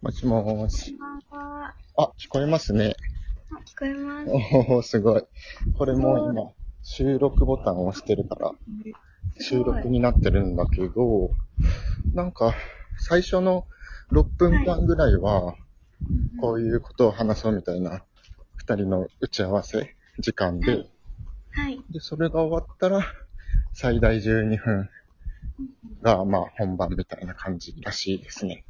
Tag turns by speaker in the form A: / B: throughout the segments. A: もしもーし。
B: こんばんは。
A: あ、聞こえますね。
B: あ、聞こえます。
A: おー、すごい。これもう今、収録ボタンを押してるから、収録になってるんだけど、なんか、最初の6分間ぐらいは、こういうことを話そうみたいな、二人の打ち合わせ時間
B: は
A: で
B: い、はい。
A: で、それが終わったら、最大12分が、まあ、本番みたいな感じらしいですね。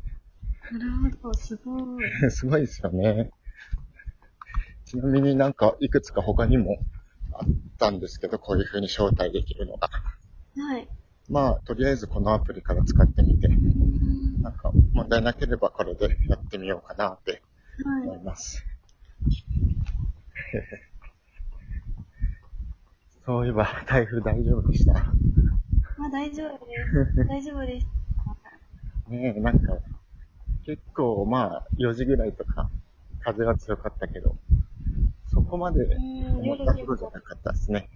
B: なるほど、すごい。
A: すごいですよね。ちなみになんかいくつか他にもあったんですけど、こういう風に招待できるのが。
B: はい。
A: まあ、とりあえずこのアプリから使ってみて、
B: うん
A: なんか問題なければこれでやってみようかなって思
B: はい
A: ます。 そういえば台風大丈夫でした。
B: い。まあ大丈夫 です。大丈夫です。
A: ねえ、なんか、結構まあ4時ぐらいとか風は強かったけど、そこまで
B: うん、
A: 思
B: 夜
A: った
B: で
A: ほどじゃなかったですね。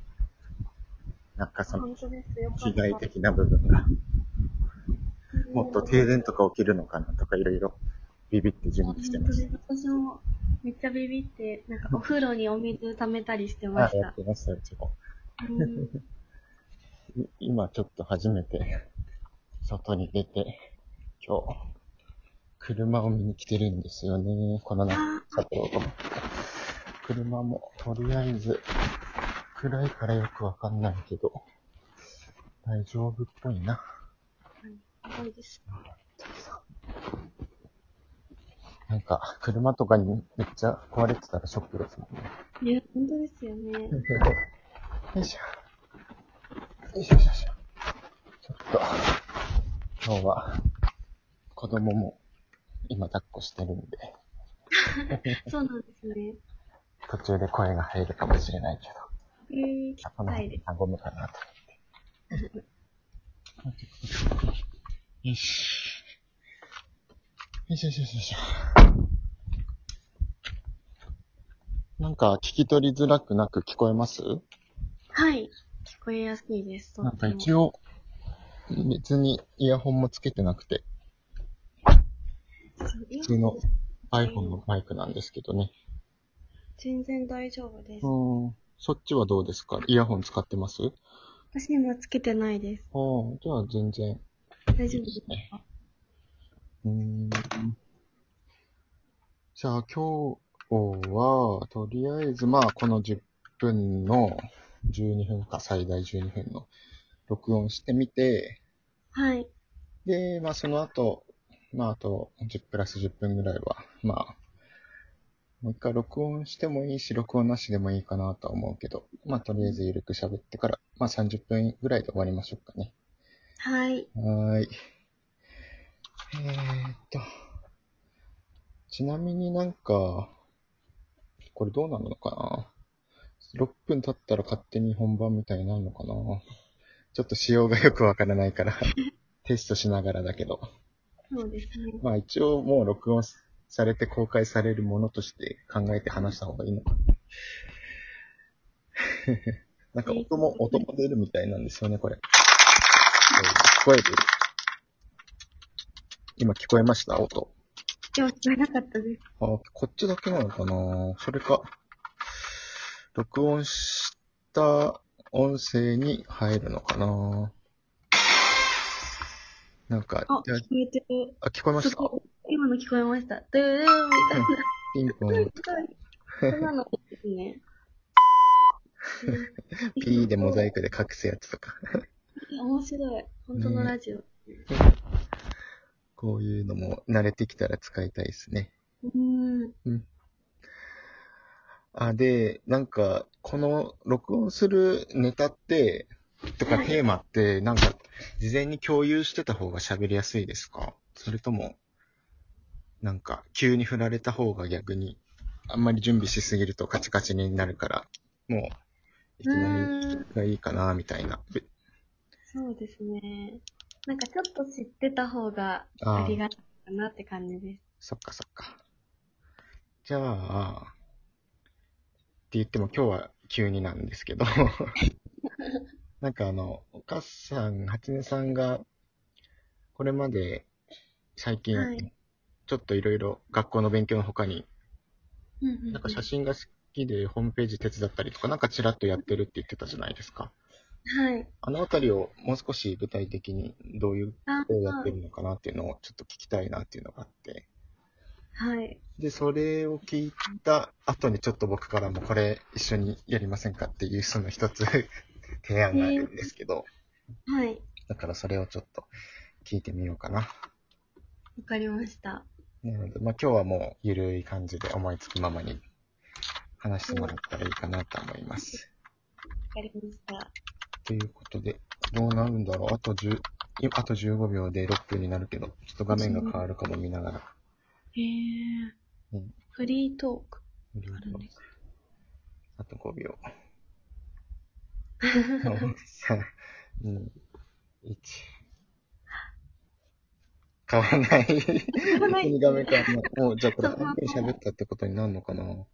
A: なんかその、
B: 本当です。よかった。
A: 被害的な部分が、
B: うん
A: もっと停電とか起きるのかなとかいろいろビビって準備してました。
B: 本当です私もめっちゃビビって、なんかお風呂にお水溜めたりしてま
A: あ、
B: し。
A: やったてました、うちも。
B: うん
A: い今ちょっと初めて、外に出て、今日、車を見に来てるんですよね。この中、佐藤と。車も、とりあえず、暗いからよくわかんないけど、大丈夫っぽいな。
B: すごいです。
A: なんか、車とかにめっちゃ壊れてたらショックですもんね。
B: いや、本当ですよね。
A: よいしょ。よいしょよいしょよいしょ。ちょっと、今日は、子供も今抱っこしてるんで、
B: そうなんですね。
A: 途中で声が入るかもしれないけど、
B: えー、聞き
A: この
B: たい
A: 辺
B: で
A: でゴムかなと思って。よし。よしよしよしよし。なんか聞き取りづらくなく聞こえます
B: す。はい。聞こえやすいです。と
A: なん
B: って
A: か
B: も
A: 一応、別にイヤホンもつけてなくて、
B: そう今
A: 普通の iPhone のマイクなんですけどね。
B: 全然大丈夫です
A: う。ん。そっちはどうですかイヤホン使ってますあ
B: 私今つけてないです。
A: あ、じゃあ全然。
B: 大丈夫ですか
A: うん。じゃあ今日は、とりあえずまあこの10分の、12分か、最大12分の録音してみて、
B: はい。
A: で、まあその後、まああと10プラス10分ぐらいは、まあ、もう一回録音してもいいし、録音なしでもいいかなとは思うけど、まあとりあえずゆるく喋ってから、まあ30分ぐらいで終わりましょうかね。
B: はい。
A: はーい。えーっと、ちなみになんか、これどうなるのかな ?6 分経ったら勝手に本番みたいになるのかなちょっと仕様がよくわからないから、 テストしながらだけど。
B: そうですね。
A: まあ一応もう録音されて公開されるものとして考えて話した方がいいのか。 なんか音も、音も出るみたいなんですよね、これ。はい聞こえる今聞こえました音。
B: でも、聞こえなかったです。
A: あ、こっちだけなのかなそれか、録音した音声に入るのかななんか、
B: あ、
A: じゃあ
B: 聞こえてる。
A: あ、聞こえまし
B: す
A: た
B: ごい。今の聞こえました。ドゥーンみたいな。
A: ピンポ
B: すごい、
A: ン
B: す。ごい。そんなので すね。
A: P でモザイ
B: ク。
A: クで隠すやつとか、
B: 面白い。本当のラジオ。
A: こういうのも慣れてきたら使いたいですね。
B: うーん。
A: あ、で、なんか、この録音するネタって、とか
B: はい
A: テーマって、なんか、事前に共有してた方が喋りやすいですかそれとも、なんか、急に振られた方が逆に、あんまり準備しすぎるとカチカチになるから、もう、いきなりがいいかな、みたいな。べ
B: そうですね。なんかちょっと知ってた方が
A: あー
B: ありがたいかなって感じです。
A: そっかそっか。じゃあ、って言っても今日は急になんですけ ど、なんかあの、お母さん、初音さんが、これまで最近、
B: はい
A: ちょっといろいろ学校の勉強の他に、
B: うんうんうん
A: なんか写真が好きでホームページ手伝ったりとか、なんかちらっとやってるって言ってたじゃないですか。
B: はい。
A: あのあたりをもう少し具体的にどういう
B: あ
A: ことをやってるのかなっていうのをちょっと聞きたいなっていうのがあって。
B: はい。
A: で、それを聞いた後にちょっと僕からもこれ一緒にやりませんかっていうその一つ 提案があるんですけど、
B: はい。
A: だからそれをちょっと聞いてみようかな。
B: わかりました。
A: なので、まあ今日はもうゆるい感じで思いつくままに話してもらったらいいかなと思います。
B: わかりました。
A: ということで、どうなるんだろうあと10、いあと15秒で6分になるけど、ちょっと画面が変わるかも見ながら。
B: へえ。
A: うん
B: フリートークあるんです。
A: あと5秒。3、2、1。変わらない。変
B: わらない
A: 画面変わらない。もう、じゃあこれ
B: そのま
A: 半
B: ま
A: 分喋ったってことになるのか な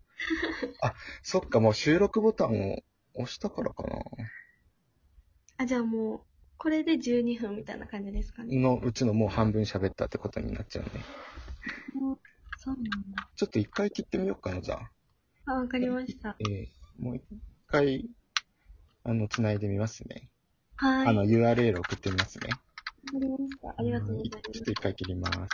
A: あ、そっか、もう収録ボタンを押したからかな
B: あ、じゃあもう、これで12分みたいな感じですかね。
A: のうちのもう半分喋ったってことになっちゃうね。
B: もうそうなんだ。
A: ちょっと一回切ってみようかな、じゃあ。
B: あ、わかりました。
A: えー、もう一回、あの、繋いでみますね。
B: は
A: あ
B: い。わ
A: の、
B: か
A: URL 送ってみますね。
B: りました。ありがとうござい
A: ちょっと一回切ります。
B: ます。